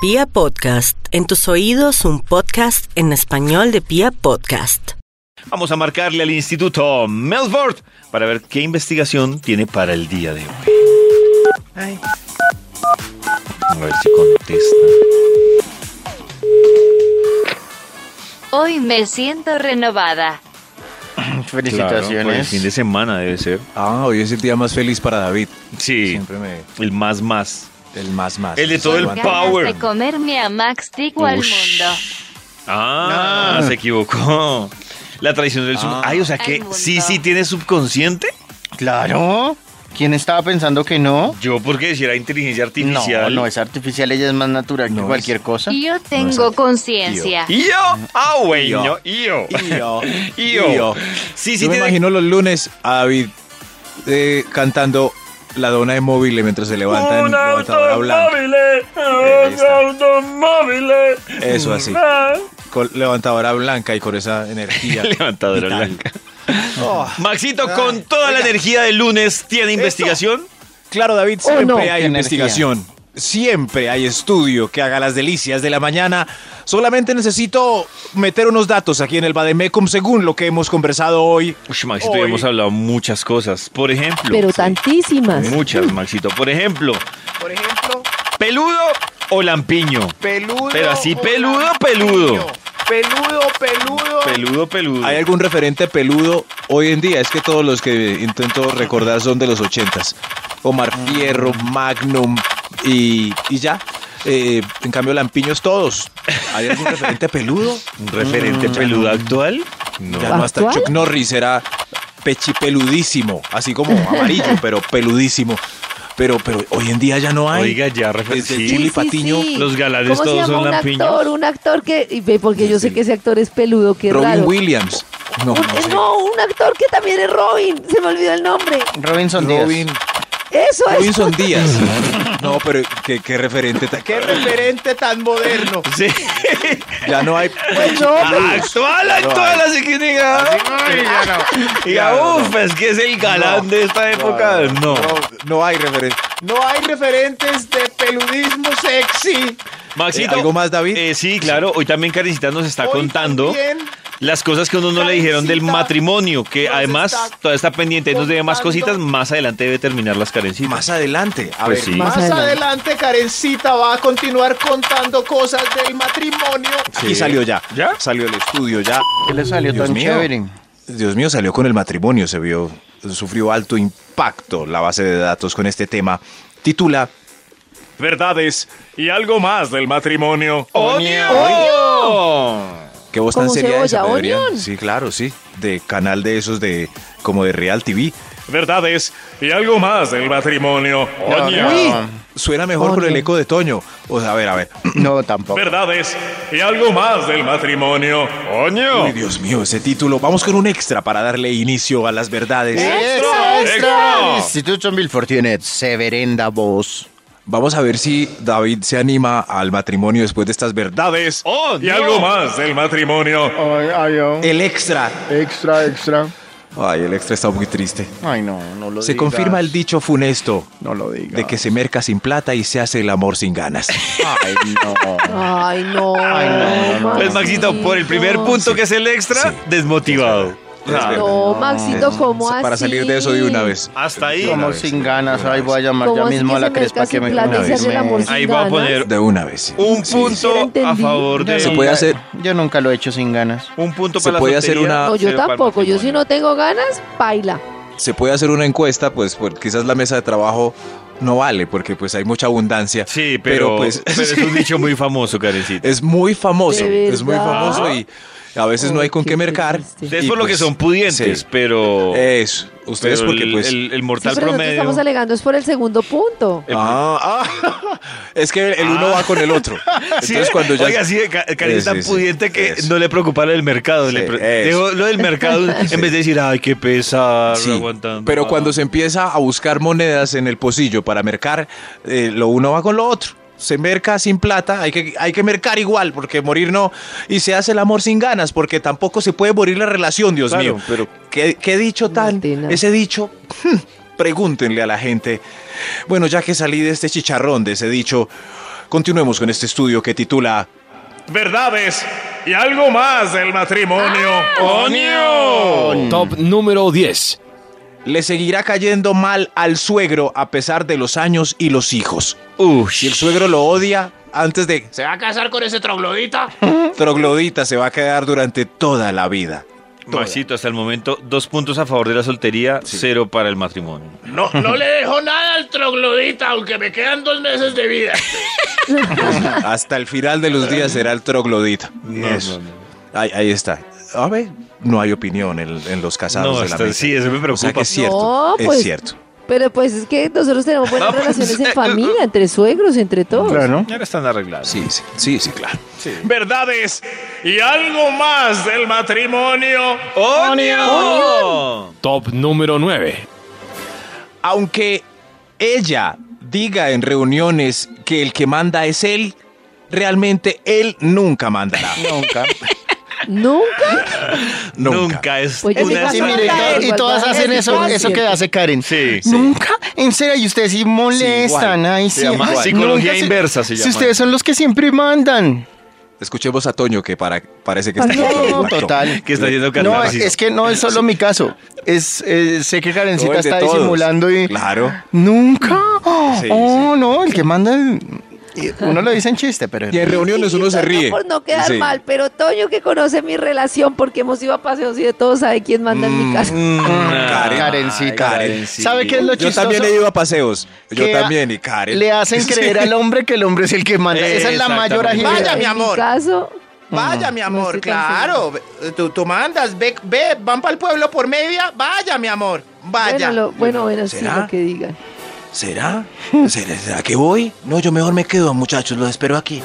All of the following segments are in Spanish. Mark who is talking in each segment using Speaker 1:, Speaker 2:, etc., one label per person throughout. Speaker 1: Pia Podcast, en tus oídos un podcast en español de Pia Podcast.
Speaker 2: Vamos a marcarle al Instituto Melford para ver qué investigación tiene para el día de hoy. Ay. A ver si contesta.
Speaker 3: Hoy me siento renovada.
Speaker 2: Claro, por el
Speaker 4: Felicitaciones.
Speaker 2: fin de semana debe ser.
Speaker 5: Ah, hoy es el día más feliz para David.
Speaker 2: Sí,
Speaker 5: Siempre me.
Speaker 2: el más más.
Speaker 5: El más más.
Speaker 2: El de todo el
Speaker 3: Ganas
Speaker 2: pa- Power.
Speaker 3: de comerme a Max Tico al
Speaker 2: Ush.
Speaker 3: mundo.
Speaker 2: Ah,
Speaker 4: Ah.
Speaker 2: se equivocó. La traición del sub.
Speaker 5: Ah.
Speaker 2: Ay, o sea
Speaker 3: Al
Speaker 2: que
Speaker 3: mundo.
Speaker 2: sí, sí tiene subconsciente.
Speaker 4: Claro. ¿Quién estaba pensando que no?
Speaker 2: Yo porque si era inteligencia artificial.
Speaker 4: No, no es artificial, ella es más natural
Speaker 5: No
Speaker 4: que
Speaker 5: es.
Speaker 4: cualquier cosa.
Speaker 3: Y Yo tengo conciencia.
Speaker 2: Yo, ah, güey, yo, yo,
Speaker 5: Yo.
Speaker 2: yo.
Speaker 5: Yo.
Speaker 2: Sí, sí
Speaker 5: Yo me
Speaker 2: tiene-
Speaker 5: imagino los lunes a David eh, cantando la dona de móvil mientras se levanta en levantadora blanca.
Speaker 2: Eh,
Speaker 5: Ahí está. Eso así.
Speaker 2: Ah.
Speaker 5: Con levantadora blanca y con esa energía.
Speaker 2: Levantadora
Speaker 5: vital.
Speaker 2: blanca.
Speaker 5: Oh,
Speaker 2: Maxito, con
Speaker 5: Ay,
Speaker 2: toda la
Speaker 5: oiga.
Speaker 2: energía del lunes, ¿tiene investigación?
Speaker 5: claro, David, siempre
Speaker 4: no?
Speaker 5: hay
Speaker 4: Qué
Speaker 5: investigación. Siempre hay estudio que haga las delicias de la mañana. Solamente necesito meter unos datos aquí en el Bademecum según lo que hemos conversado hoy.
Speaker 2: Uy, Maxito,
Speaker 5: Hoy.
Speaker 2: ya hemos hablado muchas cosas. Por ejemplo.
Speaker 6: Pero tantísimas.
Speaker 2: Muchas, Maxito. Por ejemplo. Por ejemplo. ¿Peludo o lampiño?
Speaker 4: Peludo.
Speaker 2: Pero así, peludo, peludo.
Speaker 4: Peludo, peludo.
Speaker 2: Peludo, peludo.
Speaker 5: ¿Hay algún referente peludo hoy en día? Es que todos los que intento recordar son de los ochentas. Omar Fierro, Magnum y, y ya. Eh, en cambio, Lampiños todos. ¿Hay algún referente peludo?
Speaker 2: ¿Un
Speaker 4: Mm,
Speaker 2: referente peludo actual? Mm. No.
Speaker 5: Ya no hasta
Speaker 6: ¿Actual?
Speaker 5: Chuck Norris era pechipeludísimo, así como amarillo, pero peludísimo. Pero, pero hoy en día ya no hay.
Speaker 2: Oiga, ya
Speaker 5: Desde
Speaker 2: referencia.
Speaker 5: Chuli Patiño,
Speaker 2: los galanes
Speaker 6: ¿Cómo se
Speaker 2: todos
Speaker 6: llama
Speaker 2: son
Speaker 6: un
Speaker 2: lampiños?
Speaker 6: actor, un actor que, y ve, porque yo sé que ese actor es peludo, que
Speaker 5: Robin
Speaker 6: raro.
Speaker 5: Williams. No,
Speaker 6: un,
Speaker 5: no sé.
Speaker 6: no, un actor que también es Robin, se me olvidó el nombre.
Speaker 4: Robinson Díaz.
Speaker 5: Robin,
Speaker 6: Eso es.
Speaker 5: Robinson Díaz. No, pero qué, qué referente tan. Qué referente tan moderno.
Speaker 2: Sí.
Speaker 5: Ya no hay.
Speaker 6: Pues no,
Speaker 2: Ah,
Speaker 6: pero-
Speaker 2: actual, actual, así que diga. "Ah". Diga,
Speaker 5: Claro,
Speaker 2: uff, es que es el galán de esta época. No.
Speaker 5: no hay referente. No hay referentes de peludismo sexy.
Speaker 2: Maxito.
Speaker 5: Eh, ¿algo más, David?
Speaker 2: Eh, sí, claro. Hoy también Karencita nos está contando. Las cosas que uno no le dijeron del
Speaker 5: Karencita
Speaker 2: matrimonio, que
Speaker 5: nos
Speaker 2: además
Speaker 5: está
Speaker 2: todavía está pendiente, nos debe más
Speaker 5: contando.
Speaker 2: cositas, más adelante debe terminar las carencitas.
Speaker 5: Más adelante. A
Speaker 2: Pues
Speaker 5: ver,
Speaker 2: sí.
Speaker 6: Más adelante.
Speaker 5: Karencita va a continuar contando cosas del matrimonio. Aquí
Speaker 2: Sí.
Speaker 5: salió ya.
Speaker 2: ¿Ya?
Speaker 5: Salió el estudio ya.
Speaker 4: ¿Qué le salió
Speaker 5: Dios
Speaker 4: tan
Speaker 5: mío.
Speaker 4: chévere?
Speaker 5: Dios mío, salió con el matrimonio, se vio, sufrió alto impacto la base de datos con este tema. Titula Verdades y algo más del matrimonio.
Speaker 4: Oh,
Speaker 2: ¡Onion!
Speaker 5: Que vos
Speaker 6: Como
Speaker 5: tan seria esa,
Speaker 6: cebolla,
Speaker 5: me deberían-
Speaker 6: Onion.
Speaker 5: Sí, claro, sí. De canal de esos de como de Real TV. Verdades y algo más del matrimonio.
Speaker 4: Onion.
Speaker 5: Suena mejor con el eco de Toño. O sea, a ver, a ver.
Speaker 4: No, tampoco.
Speaker 5: Verdades y algo más del matrimonio.
Speaker 2: ¡Oño!
Speaker 5: Uy, Dios mío, ese título. Vamos con un extra para darle inicio a las verdades.
Speaker 4: ¿Eh? Extra,
Speaker 2: extra.
Speaker 4: extra. El Instituto Milford tiene severenda voz.
Speaker 5: Vamos a ver si David se anima al matrimonio después de estas verdades.
Speaker 2: ¡Oh,
Speaker 5: y
Speaker 2: no!
Speaker 5: algo más del matrimonio.
Speaker 4: Ay, ay, ay.
Speaker 5: El extra.
Speaker 4: Extra, extra.
Speaker 5: Ay, el extra está muy triste.
Speaker 4: Ay, no, no lo
Speaker 5: Se
Speaker 4: digas.
Speaker 5: confirma el dicho funesto
Speaker 4: No lo digas.
Speaker 5: de que se merca sin plata y se hace el amor sin ganas.
Speaker 4: Ay, no.
Speaker 6: Ay, no.
Speaker 4: Ay, no, no, no.
Speaker 2: Pues Maxito, por el primer punto que es el extra, desmotivado.
Speaker 5: Es
Speaker 2: Ah,
Speaker 5: verdad.
Speaker 6: No, Maxito, ¿cómo
Speaker 5: Para
Speaker 6: así?
Speaker 5: salir de eso de una vez.
Speaker 2: Hasta ahí.
Speaker 5: De una
Speaker 4: Como
Speaker 5: vez,
Speaker 4: sin
Speaker 5: de
Speaker 4: ganas.
Speaker 5: una
Speaker 4: Ay,
Speaker 5: vez.
Speaker 4: voy a llamar
Speaker 6: ¿Cómo
Speaker 4: ya
Speaker 6: así
Speaker 4: mismo
Speaker 6: que
Speaker 4: a la
Speaker 6: se
Speaker 4: crespa
Speaker 6: merca
Speaker 4: que
Speaker 6: sin
Speaker 4: me
Speaker 6: plata
Speaker 5: y se hace
Speaker 4: me-
Speaker 6: el amor sin
Speaker 2: Ahí voy a
Speaker 6: ganas.
Speaker 2: poner
Speaker 5: De una vez.
Speaker 2: un
Speaker 6: Sí, siquiera
Speaker 2: punto a
Speaker 6: entendí.
Speaker 2: favor de...
Speaker 5: Se puede hacer-
Speaker 4: Yo nunca lo he hecho sin ganas.
Speaker 2: Un punto
Speaker 5: se
Speaker 2: para la
Speaker 5: puede hacer
Speaker 2: soltería,
Speaker 5: una-
Speaker 6: No, yo
Speaker 2: cero para el
Speaker 6: tampoco. Yo si
Speaker 2: matrimonio.
Speaker 6: no tengo ganas, baila.
Speaker 5: Se puede hacer una encuesta, pues por- quizás la mesa de trabajo no vale porque pues hay mucha abundancia.
Speaker 2: Sí, pero,
Speaker 5: pues
Speaker 2: pero es un dicho muy famoso, Karencita.
Speaker 5: es muy famoso,
Speaker 6: ¿De
Speaker 5: es muy
Speaker 6: verdad?
Speaker 5: famoso y a veces no
Speaker 6: Ay,
Speaker 5: hay con
Speaker 6: qué
Speaker 5: qué mercar.
Speaker 6: triste.
Speaker 2: Ustedes
Speaker 5: y,
Speaker 2: por lo que
Speaker 5: pues,
Speaker 2: son pudientes,
Speaker 5: sí.
Speaker 2: pero...
Speaker 5: Eso, ustedes
Speaker 2: pero
Speaker 5: porque
Speaker 2: el,
Speaker 5: pues...
Speaker 2: el, el
Speaker 6: Sí,
Speaker 2: mortal
Speaker 6: pero nosotros
Speaker 2: promedio...
Speaker 6: estamos alegando es por el segundo punto.
Speaker 5: Ah, ah, es que el uno
Speaker 2: Ah.
Speaker 5: va con el otro.
Speaker 2: Sí,
Speaker 5: Entonces cuando ya...
Speaker 2: Oiga, sí, Ca- Karen es
Speaker 5: Sí,
Speaker 2: tan
Speaker 5: sí, sí.
Speaker 2: pudiente que
Speaker 5: Eso.
Speaker 2: no le preocupara el mercado. le
Speaker 5: Sí,
Speaker 2: pre-
Speaker 5: eso.
Speaker 2: dejó lo del mercado en vez de decir, ay, qué pesar,
Speaker 5: Sí,
Speaker 2: aguantando.
Speaker 5: pero
Speaker 2: Ah.
Speaker 5: cuando se empieza a buscar monedas en el pocillo para mercar, eh, lo uno va con lo otro. Se merca sin plata, hay que, hay que mercar igual, porque morir no. Y se hace el amor sin ganas, porque tampoco se puede morir la relación, Dios
Speaker 2: Claro,
Speaker 5: mío. Pero ¿qué, qué dicho tan?
Speaker 6: Martina.
Speaker 5: Ese dicho, hmm, pregúntenle a la gente. Bueno, ya que salí de este chicharrón, de ese dicho, Continuemos con este estudio que titula
Speaker 7: Verdades y algo más del matrimonio.
Speaker 8: Ah.
Speaker 9: Top número 10.
Speaker 5: Le seguirá cayendo mal al suegro a pesar de los años y los hijos. Si el suegro lo odia, antes de
Speaker 8: ¿Se va a casar con ese troglodita?
Speaker 5: troglodita se va a quedar durante toda la vida.
Speaker 2: Maxito, hasta el momento, dos puntos a favor de la soltería, cero para el matrimonio.
Speaker 8: No, no le dejo nada al troglodita, aunque me quedan dos meses de vida.
Speaker 5: Hasta el final de los días será el troglodita. Eso. Ahí, ahí está. A ver, no hay opinión en, en los casados
Speaker 2: No,
Speaker 5: de la
Speaker 2: hasta-
Speaker 5: mesa.
Speaker 2: sí, eso me
Speaker 5: O sea que
Speaker 2: preocupa.
Speaker 5: es cierto.
Speaker 6: No, pues.
Speaker 5: Es cierto.
Speaker 6: Pero pues es que nosotros tenemos buenas
Speaker 2: No, pues,
Speaker 6: relaciones
Speaker 2: eh,
Speaker 6: en familia, entre suegros, entre todos.
Speaker 2: Ahora están arreglados.
Speaker 5: Sí, sí, sí, sí, claro.
Speaker 7: Verdades y algo más del matrimonio.
Speaker 2: ¡Onion!
Speaker 9: Top número 9.
Speaker 5: Aunque ella diga en reuniones que el que manda es él, realmente él nunca mandará.
Speaker 4: Nunca.
Speaker 6: Nunca.
Speaker 5: Nunca.
Speaker 2: Nunca es
Speaker 6: Oye, mi
Speaker 2: una
Speaker 6: casa-
Speaker 4: Y, mire, y to- y todas hacen eso, eso que hace Karen.
Speaker 2: Sí.
Speaker 4: Nunca, en serio, y ustedes sí
Speaker 5: Sí,
Speaker 4: molestan.
Speaker 5: igual.
Speaker 4: Ay,
Speaker 2: Se
Speaker 4: sí.
Speaker 2: llama
Speaker 4: Ay,
Speaker 2: psicología
Speaker 4: nunca se-
Speaker 2: inversa, se
Speaker 4: Si
Speaker 2: llama.
Speaker 4: ustedes son los que siempre mandan.
Speaker 5: Escuchemos a Toño que para, parece que está
Speaker 4: No, total.
Speaker 2: que está haciendo
Speaker 4: No,
Speaker 2: carnaval.
Speaker 4: es que no es solo mi caso. Es, eh, sé que
Speaker 5: Todo
Speaker 4: Karencita
Speaker 5: el de
Speaker 4: está
Speaker 5: todos.
Speaker 4: disimulando y.
Speaker 5: Claro.
Speaker 4: Nunca. Oh,
Speaker 5: Sí,
Speaker 4: oh, no, el que manda. eh, Uno lo dice en chiste, pero.
Speaker 5: Y en reuniones uno se
Speaker 6: Toño,
Speaker 5: ríe.
Speaker 6: Por no quedar
Speaker 5: Sí.
Speaker 6: mal, pero Toño que conoce mi relación porque hemos ido a paseos y de todo sabe quién manda
Speaker 5: Mm.
Speaker 6: en mi casa.
Speaker 4: Mm,
Speaker 5: Karen.
Speaker 4: Ah, Karencita.
Speaker 5: Karencita.
Speaker 4: ¿Sabe qué es lo
Speaker 5: Yo
Speaker 4: chistoso?
Speaker 5: también he ido a paseos. Yo
Speaker 4: Que a-
Speaker 5: también, y Karen.
Speaker 4: Le hacen creer al hombre que el hombre es el que manda. Esa es la mayor
Speaker 2: Exactamente.
Speaker 4: agilidad.
Speaker 8: Vaya, mi
Speaker 6: En
Speaker 8: amor.
Speaker 6: caso,
Speaker 8: Vaya, mi amor,
Speaker 6: estoy tan
Speaker 8: claro. Ve- Tú, tú mandas, ve, ve, van para el pueblo por media. Vaya, mi amor, vaya.
Speaker 6: bueno, lo- bueno, bueno, sí,
Speaker 5: ¿Será?
Speaker 6: lo que digan.
Speaker 5: ¿Será? ¿Será? será que voy? No, yo mejor me quedo, muchachos. Los espero aquí.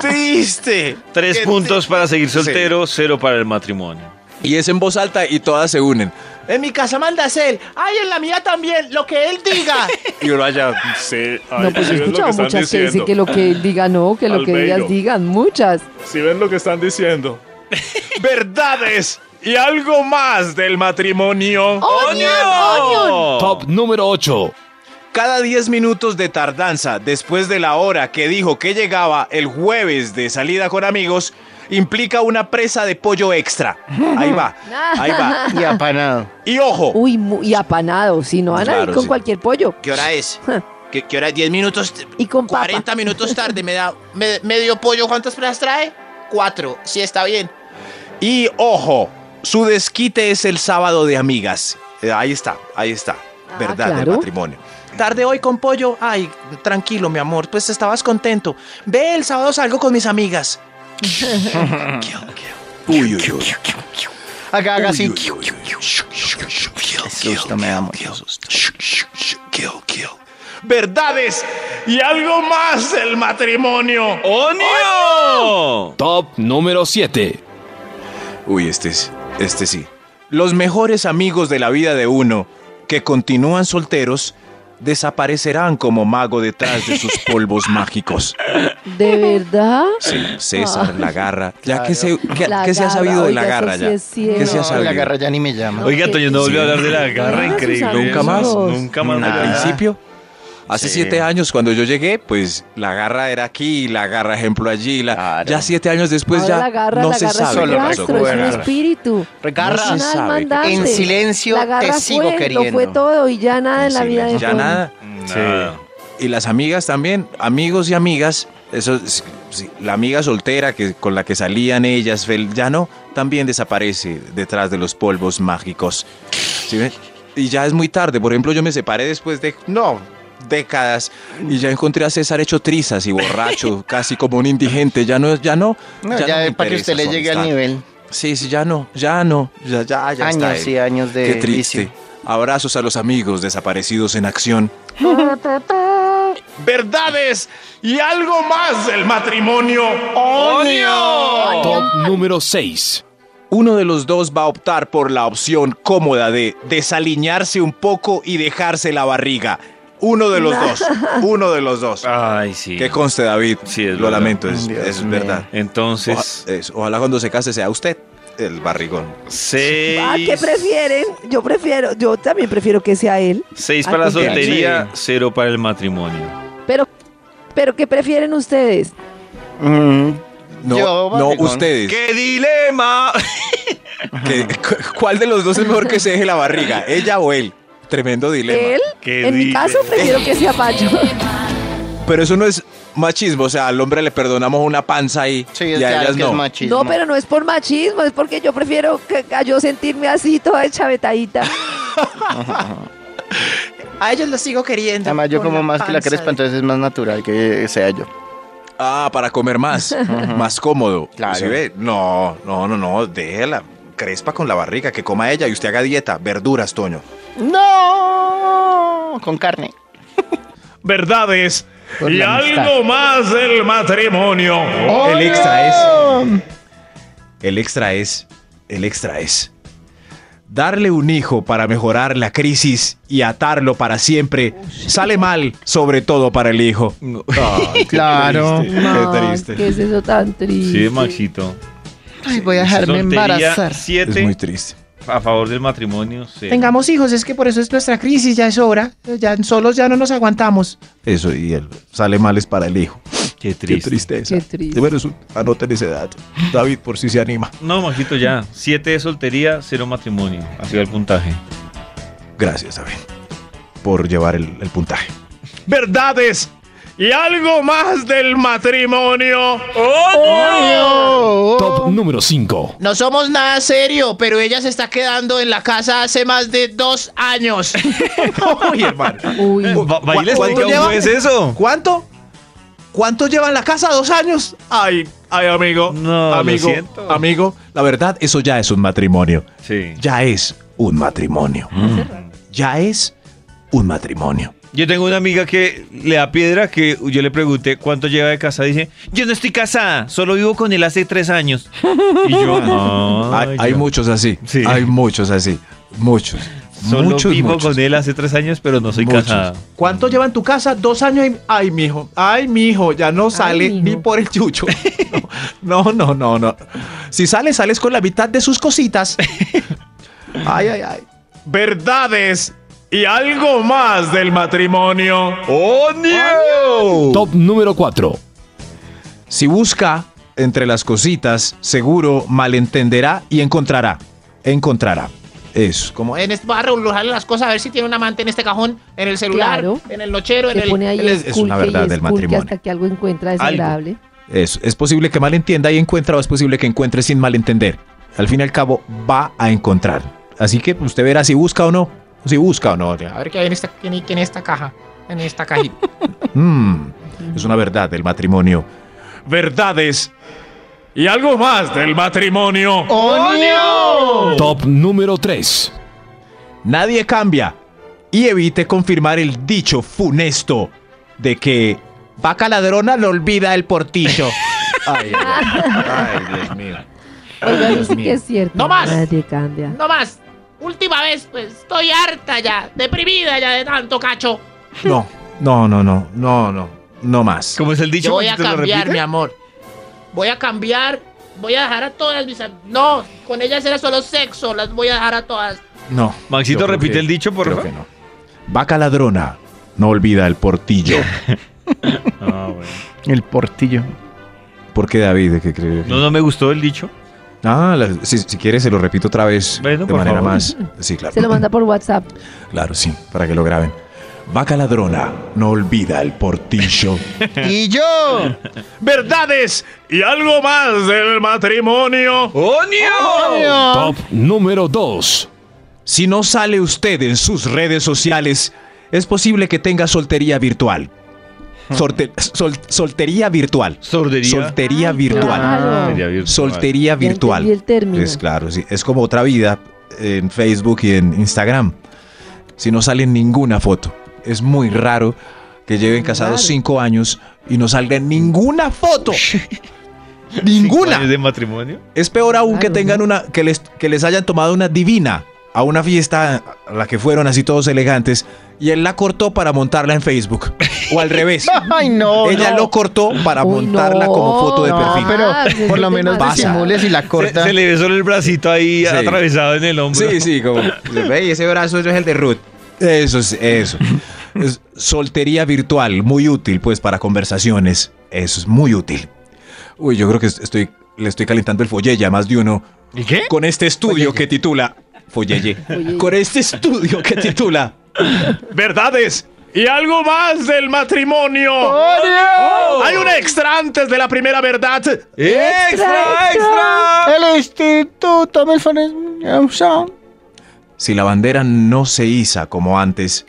Speaker 8: Triste.
Speaker 2: Tres
Speaker 8: Que-
Speaker 2: puntos para seguir soltero, cero para el matrimonio.
Speaker 5: Y es en voz alta y todas se unen.
Speaker 8: En mi casa mandas él. Ay, en la mía también. Lo que él diga.
Speaker 7: Y uno allá se. ay,
Speaker 6: no, pues
Speaker 7: si
Speaker 6: yo
Speaker 7: ven
Speaker 6: he
Speaker 7: lo
Speaker 6: escuchado
Speaker 7: que están
Speaker 6: muchas que dicen
Speaker 7: diciendo.
Speaker 6: que lo que él diga no, que lo que ellas
Speaker 7: Albeiro.
Speaker 6: digan, muchas.
Speaker 7: Si ven lo que están diciendo. Verdades y algo más del matrimonio.
Speaker 8: Oh,
Speaker 9: Top número 8.
Speaker 5: Cada 10 minutos de tardanza después de la hora que dijo que llegaba el jueves de salida con amigos implica una presa de pollo extra. Ahí va, ahí va.
Speaker 4: Y apanado.
Speaker 5: Y ojo,
Speaker 6: Uy, mu- y apanado, si no van a ir
Speaker 5: Claro,
Speaker 6: con
Speaker 5: sí.
Speaker 6: cualquier pollo.
Speaker 8: ¿Qué hora es? ¿Qué, qué hora es? ¿10 minutos?
Speaker 6: Y con papa.
Speaker 8: 40 minutos tarde. Me da me- medio pollo. ¿Cuántas presas trae? Cuatro. Sí, está bien.
Speaker 5: y ojo, su desquite es el sábado de amigas. Eh, Ahí está, ahí está.
Speaker 6: Ah,
Speaker 5: Verdad del
Speaker 6: claro.
Speaker 5: matrimonio.
Speaker 8: Tarde hoy con pollo. Ay, tranquilo, mi amor. Pues estabas contento. Ve, el sábado salgo con mis amigas.
Speaker 5: Uy, uy, uy.
Speaker 4: Haga, haga así.
Speaker 5: Uy, uy, uy, uy.
Speaker 4: Qué susto me da mucho susto.
Speaker 7: Verdades y algo más del matrimonio.
Speaker 2: ¡Onio!
Speaker 9: Top número 7.
Speaker 5: Uy, este es, este sí. Los mejores amigos de la vida de uno que continúan solteros desaparecerán como mago detrás de sus polvos mágicos.
Speaker 6: ¿De verdad?
Speaker 5: César, la garra. Ya que se, que,
Speaker 6: La
Speaker 5: que se ha
Speaker 6: garra,
Speaker 5: sabido de la
Speaker 6: oiga, eso
Speaker 5: garra
Speaker 6: sí
Speaker 5: ya.
Speaker 6: es cierto.
Speaker 5: ¿Qué se ha
Speaker 4: No,
Speaker 5: sabido?
Speaker 4: la garra ya ni me llama.
Speaker 6: Oye,
Speaker 2: Oiga, Toño, no volvió a hablar de la
Speaker 6: Sí.
Speaker 2: garra,
Speaker 6: Ah,
Speaker 2: increíble.
Speaker 6: sus
Speaker 5: Nunca más.
Speaker 6: amigos.
Speaker 2: Nunca más.
Speaker 5: Al
Speaker 4: Nada.
Speaker 5: principio, hace
Speaker 2: Sí.
Speaker 5: siete años cuando yo llegué, pues la garra era aquí, la garra ejemplo allí. La,
Speaker 4: Claro.
Speaker 5: Ya siete años después
Speaker 6: Ahora
Speaker 5: Pues ya
Speaker 6: la garra,
Speaker 5: no
Speaker 6: la
Speaker 5: se
Speaker 6: garra
Speaker 5: sabe
Speaker 6: es un
Speaker 5: qué
Speaker 4: Solo
Speaker 5: pasó
Speaker 6: rastro,
Speaker 5: con
Speaker 6: es
Speaker 5: la
Speaker 6: un
Speaker 4: Garra.
Speaker 6: espíritu.
Speaker 4: Garra,
Speaker 6: Es un alma andante.
Speaker 4: En silencio
Speaker 6: la garra
Speaker 4: te sigo
Speaker 6: fue,
Speaker 4: queriendo.
Speaker 6: Lo fue todo y ya nada en la
Speaker 5: Sí,
Speaker 6: vida de
Speaker 5: ya
Speaker 6: Toño.
Speaker 5: nada.
Speaker 2: Nada.
Speaker 5: Y las amigas también, amigos y amigas, eso es- sí, la amiga soltera que, con la que salían ellas, fel- ya no, también desaparece detrás de los polvos mágicos. ¿Sí ven? Y ya es muy tarde, por ejemplo, yo me separé después de, no, décadas, y ya encontré a César hecho trizas y borracho, casi como un indigente, ya no, ya no.
Speaker 4: No, ya,
Speaker 5: no me
Speaker 4: para que
Speaker 5: interesa
Speaker 4: usted le
Speaker 5: su
Speaker 4: llegue al
Speaker 5: amistad.
Speaker 4: nivel.
Speaker 5: Sí, sí, ya no, ya no, ya, ya, ya está
Speaker 4: años
Speaker 5: él.
Speaker 4: y años de
Speaker 5: Qué triste.
Speaker 4: vicio.
Speaker 5: Abrazos a los amigos desaparecidos en acción.
Speaker 7: Verdades y algo más del matrimonio.
Speaker 9: Top número 6.
Speaker 5: Uno de los dos va a optar por la opción cómoda de desaliñarse un poco y dejarse la barriga. Uno de los dos. Uno de los dos.
Speaker 2: Ay, sí.
Speaker 5: Que conste, David.
Speaker 2: Sí, es
Speaker 5: lo
Speaker 2: verdad.
Speaker 5: lamento, es,
Speaker 4: Dios
Speaker 5: es
Speaker 4: mío.
Speaker 5: verdad. Oja-
Speaker 2: Entonces,
Speaker 5: es- ojalá cuando se case sea usted el barrigón.
Speaker 2: seis.
Speaker 6: Ah, ¿qué prefieren? Yo prefiero, yo también prefiero que sea él.
Speaker 2: Seis
Speaker 6: Al
Speaker 2: para la
Speaker 6: contrario.
Speaker 2: soltería, cero para el matrimonio.
Speaker 6: Pero Pero ¿qué prefieren ustedes?
Speaker 5: No,
Speaker 4: Yo,
Speaker 5: no
Speaker 4: barrigón.
Speaker 5: ustedes.
Speaker 2: ¡Qué dilema!
Speaker 5: ¿Qué- cu- ¿Cuál de los dos es mejor que se deje la barriga? ¿Ella o él? Tremendo dilema.
Speaker 6: Él,
Speaker 2: Qué
Speaker 6: en mi
Speaker 2: dilema.
Speaker 6: caso, prefiero que sea Pacho.
Speaker 5: Pero eso no es machismo, o sea, al hombre le perdonamos una panza ahí
Speaker 4: Sí,
Speaker 5: y
Speaker 4: es,
Speaker 5: a
Speaker 4: ya,
Speaker 5: ellas
Speaker 4: es que es
Speaker 5: no.
Speaker 4: machismo.
Speaker 6: No, pero no es por machismo, es porque yo prefiero que, a yo sentirme así toda chavetadita.
Speaker 8: A ellos los sigo queriendo.
Speaker 4: Además, yo
Speaker 8: con
Speaker 4: como más que la
Speaker 8: panza
Speaker 4: crespa,
Speaker 8: de-
Speaker 4: entonces es más natural que sea yo.
Speaker 5: Ah, para comer más, más cómodo.
Speaker 4: Claro.
Speaker 5: ¿Sí ve? No, no, no, no, déjela. Crespa con la barriga, que coma ella y usted haga dieta, verduras, Toño.
Speaker 4: ¡No! Con carne.
Speaker 7: verdades
Speaker 4: Por
Speaker 7: y
Speaker 4: la amistad.
Speaker 7: algo más del matrimonio.
Speaker 5: El extra es. El extra es. El extra es. Darle un hijo para mejorar la crisis y atarlo para siempre sale mal, sobre todo para el hijo.
Speaker 2: Ah,
Speaker 4: Claro.
Speaker 6: No,
Speaker 5: Qué triste.
Speaker 6: ¿Qué es eso tan triste?
Speaker 2: Sí, Maxito.
Speaker 4: Ay, voy a
Speaker 2: Soltería
Speaker 4: dejarme embarazar.
Speaker 5: Es
Speaker 2: 7
Speaker 5: muy triste.
Speaker 2: a favor del matrimonio. cero.
Speaker 8: Tengamos hijos, es que por eso es nuestra crisis, ya es hora. Ya solos ya no nos aguantamos.
Speaker 5: Eso, y el sale mal es para el hijo.
Speaker 2: Qué
Speaker 5: Qué
Speaker 2: triste.
Speaker 5: tristeza.
Speaker 6: Qué triste.
Speaker 5: Bueno, eso, anoten ese dato. David, por si se anima.
Speaker 2: No, Maxito, ya. 7 de soltería, 0 matrimonio. Así va el puntaje.
Speaker 5: Gracias, David, por llevar el, el puntaje.
Speaker 7: Verdades y algo más del matrimonio.
Speaker 9: Top número 5.
Speaker 8: No somos nada serio, pero ella se está quedando en la casa hace más de dos años.
Speaker 5: Uy, hermano.
Speaker 6: Uy,
Speaker 2: Va- va y les
Speaker 5: ¿Cuánto
Speaker 2: diga un
Speaker 5: llevan?
Speaker 2: juez eso?
Speaker 5: ¿Cuánto? ¿Cuánto lleva en la casa? ¿Dos años?
Speaker 7: Ay, ay, amigo.
Speaker 2: No, lo
Speaker 7: amigo,
Speaker 2: siento.
Speaker 5: Amigo, la verdad, eso ya es un matrimonio.
Speaker 2: Sí.
Speaker 5: Ya es un matrimonio.
Speaker 2: Mm.
Speaker 5: Ya es un matrimonio.
Speaker 2: Yo tengo una amiga que le da piedra que yo le pregunté cuánto lleva de casada. Dice, yo no estoy casada, solo vivo con él hace tres años. Y yo, no.
Speaker 5: hay, hay
Speaker 2: yo
Speaker 5: muchos así.
Speaker 2: Sí.
Speaker 5: Hay muchos así. Muchos.
Speaker 2: Solo
Speaker 5: muchos,
Speaker 2: vivo
Speaker 5: muchos.
Speaker 2: con él hace tres años, pero no soy
Speaker 5: Muchos.
Speaker 2: casada.
Speaker 8: ¿Cuánto lleva en tu casa? Dos años y... Ay, mijo. Ay, mijo. Ya no
Speaker 6: sale mijo. ni
Speaker 8: por el chucho.
Speaker 5: No, no, no, no. Si sales, sales con la mitad de sus cositas.
Speaker 8: Ay, ay, ay.
Speaker 7: Verdades y algo más del matrimonio.
Speaker 2: ¡Oh, no!
Speaker 9: Top número 4.
Speaker 5: Si busca entre las cositas, seguro malentenderá y encontrará. Encontrará. Eso.
Speaker 8: Como en este barro, buscarle las cosas, a ver si tiene un amante en este cajón, en el celular,
Speaker 6: Claro.
Speaker 8: en el nochero, en
Speaker 6: se
Speaker 8: el...
Speaker 6: pone ahí
Speaker 5: él es- es
Speaker 6: esculque
Speaker 5: una verdad
Speaker 6: y
Speaker 5: del
Speaker 6: esculque
Speaker 5: matrimonio.
Speaker 6: hasta que algo encuentra desagradable.
Speaker 5: Eso. Es posible que malentienda y encuentra o es posible que encuentre sin malentender. Al fin y al cabo, va a encontrar. Así que pues, usted verá si busca o no. Si busca o no.
Speaker 8: A ver qué hay en esta, qué hay en esta caja, en esta cajita.
Speaker 5: Mm, es una verdad del matrimonio.
Speaker 7: Verdades y algo más del matrimonio.
Speaker 9: Top número 3.
Speaker 5: Nadie cambia. Y evite confirmar el dicho funesto de que vaca ladrona lo olvida el portillo. Ay, ay, ay. Ay, Dios mío.
Speaker 6: Oiga,
Speaker 5: Dios
Speaker 6: eso sí
Speaker 5: mío.
Speaker 6: que es cierto.
Speaker 8: ¡No más!
Speaker 6: Nadie cambia.
Speaker 8: No más. Última vez, pues estoy harta ya, deprimida ya de tanto cacho.
Speaker 5: No, no, no, no, no, no, no más.
Speaker 2: ¿Cómo es el dicho?
Speaker 8: Yo voy a
Speaker 2: ¿Te lo
Speaker 8: cambiar,
Speaker 2: repite?
Speaker 8: mi amor. Voy a cambiar. Voy a dejar a todas mis. am- No, con ellas era solo sexo. Las voy a dejar a todas.
Speaker 5: No.
Speaker 2: Maxito,
Speaker 5: Yo creo
Speaker 2: repite
Speaker 5: que-
Speaker 2: el dicho, por
Speaker 5: creo
Speaker 2: favor.
Speaker 5: que no. Vaca ladrona no olvida el portillo.
Speaker 2: Ah, bueno.
Speaker 4: El portillo.
Speaker 5: ¿Por qué David? ¿Qué cree?
Speaker 2: No, no me gustó el dicho.
Speaker 5: Ah, la- si, si quieres se lo repito otra vez
Speaker 2: Bueno,
Speaker 5: de
Speaker 2: por
Speaker 5: manera
Speaker 2: favor.
Speaker 5: más. Sí, claro.
Speaker 6: Se lo manda por WhatsApp.
Speaker 5: Claro, sí, para que lo graben. Vaca ladrona no olvida el portillo.
Speaker 4: ¡Y yo!
Speaker 7: Verdades y algo más del matrimonio.
Speaker 2: ¡Oh, no!
Speaker 9: Top número 2.
Speaker 5: Si no sale usted en sus redes sociales, es posible que tenga soltería virtual. Sorte- sol- soltería virtual.
Speaker 2: Sordería.
Speaker 5: Soltería
Speaker 6: Ay,
Speaker 5: virtual.
Speaker 6: claro.
Speaker 2: Soltería virtual.
Speaker 5: Soltería
Speaker 6: Ya entendí
Speaker 5: virtual.
Speaker 6: el término.
Speaker 5: Es Pues claro, sí. Es como otra vida en Facebook y en Instagram. Si no sale en ninguna foto. Es muy raro que lleven casados
Speaker 6: Raro.
Speaker 5: cinco años y no salga en ninguna foto. ninguna.
Speaker 2: ¿Años de matrimonio?
Speaker 5: Es peor aún que
Speaker 6: Claro,
Speaker 5: tengan
Speaker 6: ¿no?
Speaker 5: una que les que les hayan tomado una divina a una fiesta a la que fueron así todos elegantes y él la cortó para montarla en Facebook o al revés.
Speaker 4: ¡Ay, no!
Speaker 5: Ella
Speaker 4: no.
Speaker 5: lo cortó para
Speaker 6: Uy,
Speaker 5: montarla
Speaker 6: no,
Speaker 5: como foto de
Speaker 6: no,
Speaker 5: perfil.
Speaker 4: Pero
Speaker 6: Ah, pues
Speaker 4: por
Speaker 6: es
Speaker 4: lo
Speaker 6: de
Speaker 4: menos
Speaker 6: más.
Speaker 4: disimules y la
Speaker 2: Se,
Speaker 4: corta.
Speaker 2: se le ve solo el bracito ahí
Speaker 5: Sí.
Speaker 2: atravesado en el hombro.
Speaker 5: sí, como ve, ese brazo es el de Ruth. Eso es eso. Es soltería virtual, muy útil pues para conversaciones. Eso es muy útil. Uy, yo creo que estoy, le estoy calentando el follella a más de uno.
Speaker 7: ¿Y qué?
Speaker 5: Con este estudio que titula... Follelle. Con este estudio que titula...
Speaker 7: Verdades. Y algo más del matrimonio. Hay un extra antes de la primera verdad.
Speaker 6: ¡Extra, extra!
Speaker 4: El Instituto Milford Johnson.
Speaker 5: Si la bandera no se iza como antes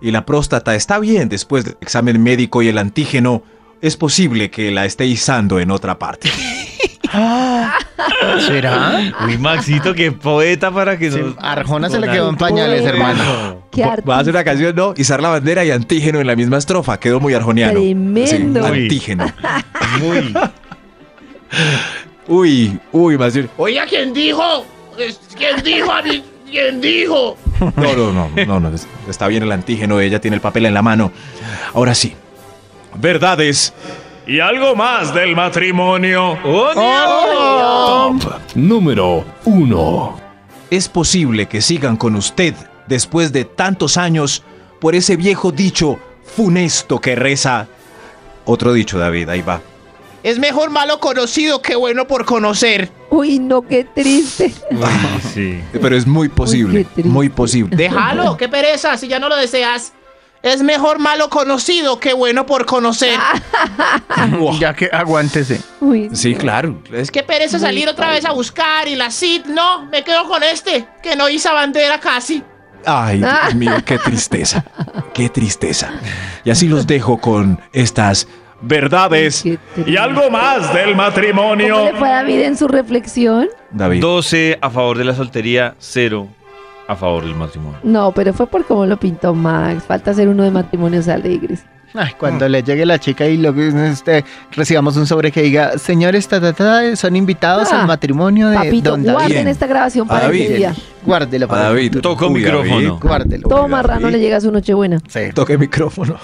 Speaker 5: y la próstata está bien después del examen médico y el antígeno, es posible que la esté izando en otra parte.
Speaker 4: ¿Será?
Speaker 2: Uy, Maxito, qué poeta para que no.
Speaker 4: Arjona se le quedó en pañales, Ah, hermano.
Speaker 6: ¡Qué
Speaker 5: Va a hacer
Speaker 6: arte!
Speaker 5: una canción, ¿no? Izar la bandera y antígeno en la misma estrofa. Quedó muy arjoniano.
Speaker 6: Tremendo.
Speaker 5: Sí,
Speaker 2: Uy.
Speaker 5: antígeno.
Speaker 2: Muy.
Speaker 5: Uy, uy, más bien.
Speaker 8: Oiga, ¿quién dijo? Es- ¿Quién dijo a mí? ¿Quién dijo?
Speaker 5: No, no, no, no, no, es- Está bien el antígeno, ella tiene el papel en la mano. Ahora sí. Verdades.
Speaker 7: Y algo más del matrimonio.
Speaker 2: Oh,
Speaker 9: Top número 1.
Speaker 5: Es posible que sigan con usted después de tantos años por ese viejo dicho funesto que reza. Otro dicho, David, ahí va.
Speaker 8: Es mejor malo conocido que bueno por conocer.
Speaker 6: Uy, no, qué triste.
Speaker 2: Uy, sí.
Speaker 5: Pero es muy
Speaker 6: qué
Speaker 5: posible,
Speaker 6: triste.
Speaker 5: muy posible.
Speaker 8: Déjalo, qué pereza, si ya no lo deseas. Es mejor malo conocido que bueno por conocer.
Speaker 4: Ya que aguántese.
Speaker 6: Uy,
Speaker 5: Sí, claro. Es
Speaker 8: Qué pereza salir otra vez a buscar y la CID. No, me quedo con este, que no hizo bandera casi.
Speaker 5: Ay,
Speaker 6: Ah.
Speaker 5: Dios mío, qué tristeza. Qué tristeza. Y así los dejo con estas verdades.
Speaker 6: qué triste.
Speaker 7: Y algo más del
Speaker 6: ¿Cómo
Speaker 7: matrimonio.
Speaker 6: le fue a David en su reflexión?
Speaker 5: David.
Speaker 2: 12 a favor de la soltería, 0 a favor del matrimonio.
Speaker 6: No, pero fue por cómo lo pintó Max. Falta hacer uno de matrimonios alegres.
Speaker 4: Ay, cuando le llegue la chica y lo que este, recibamos un sobre que diga, señores, ta, ta, ta, son invitados
Speaker 6: Ah,
Speaker 4: al matrimonio de
Speaker 6: Papito,
Speaker 4: don David.
Speaker 6: guarden esta grabación
Speaker 5: A
Speaker 6: para el
Speaker 5: David.
Speaker 6: día.
Speaker 4: Guárdelo
Speaker 5: A
Speaker 4: para
Speaker 5: David.
Speaker 2: Toco
Speaker 5: Uy,
Speaker 2: micrófono.
Speaker 4: Guárdelo.
Speaker 6: Todo
Speaker 5: David.
Speaker 6: marrano le llega su nochebuena.
Speaker 4: Sí.
Speaker 5: Toque micrófono.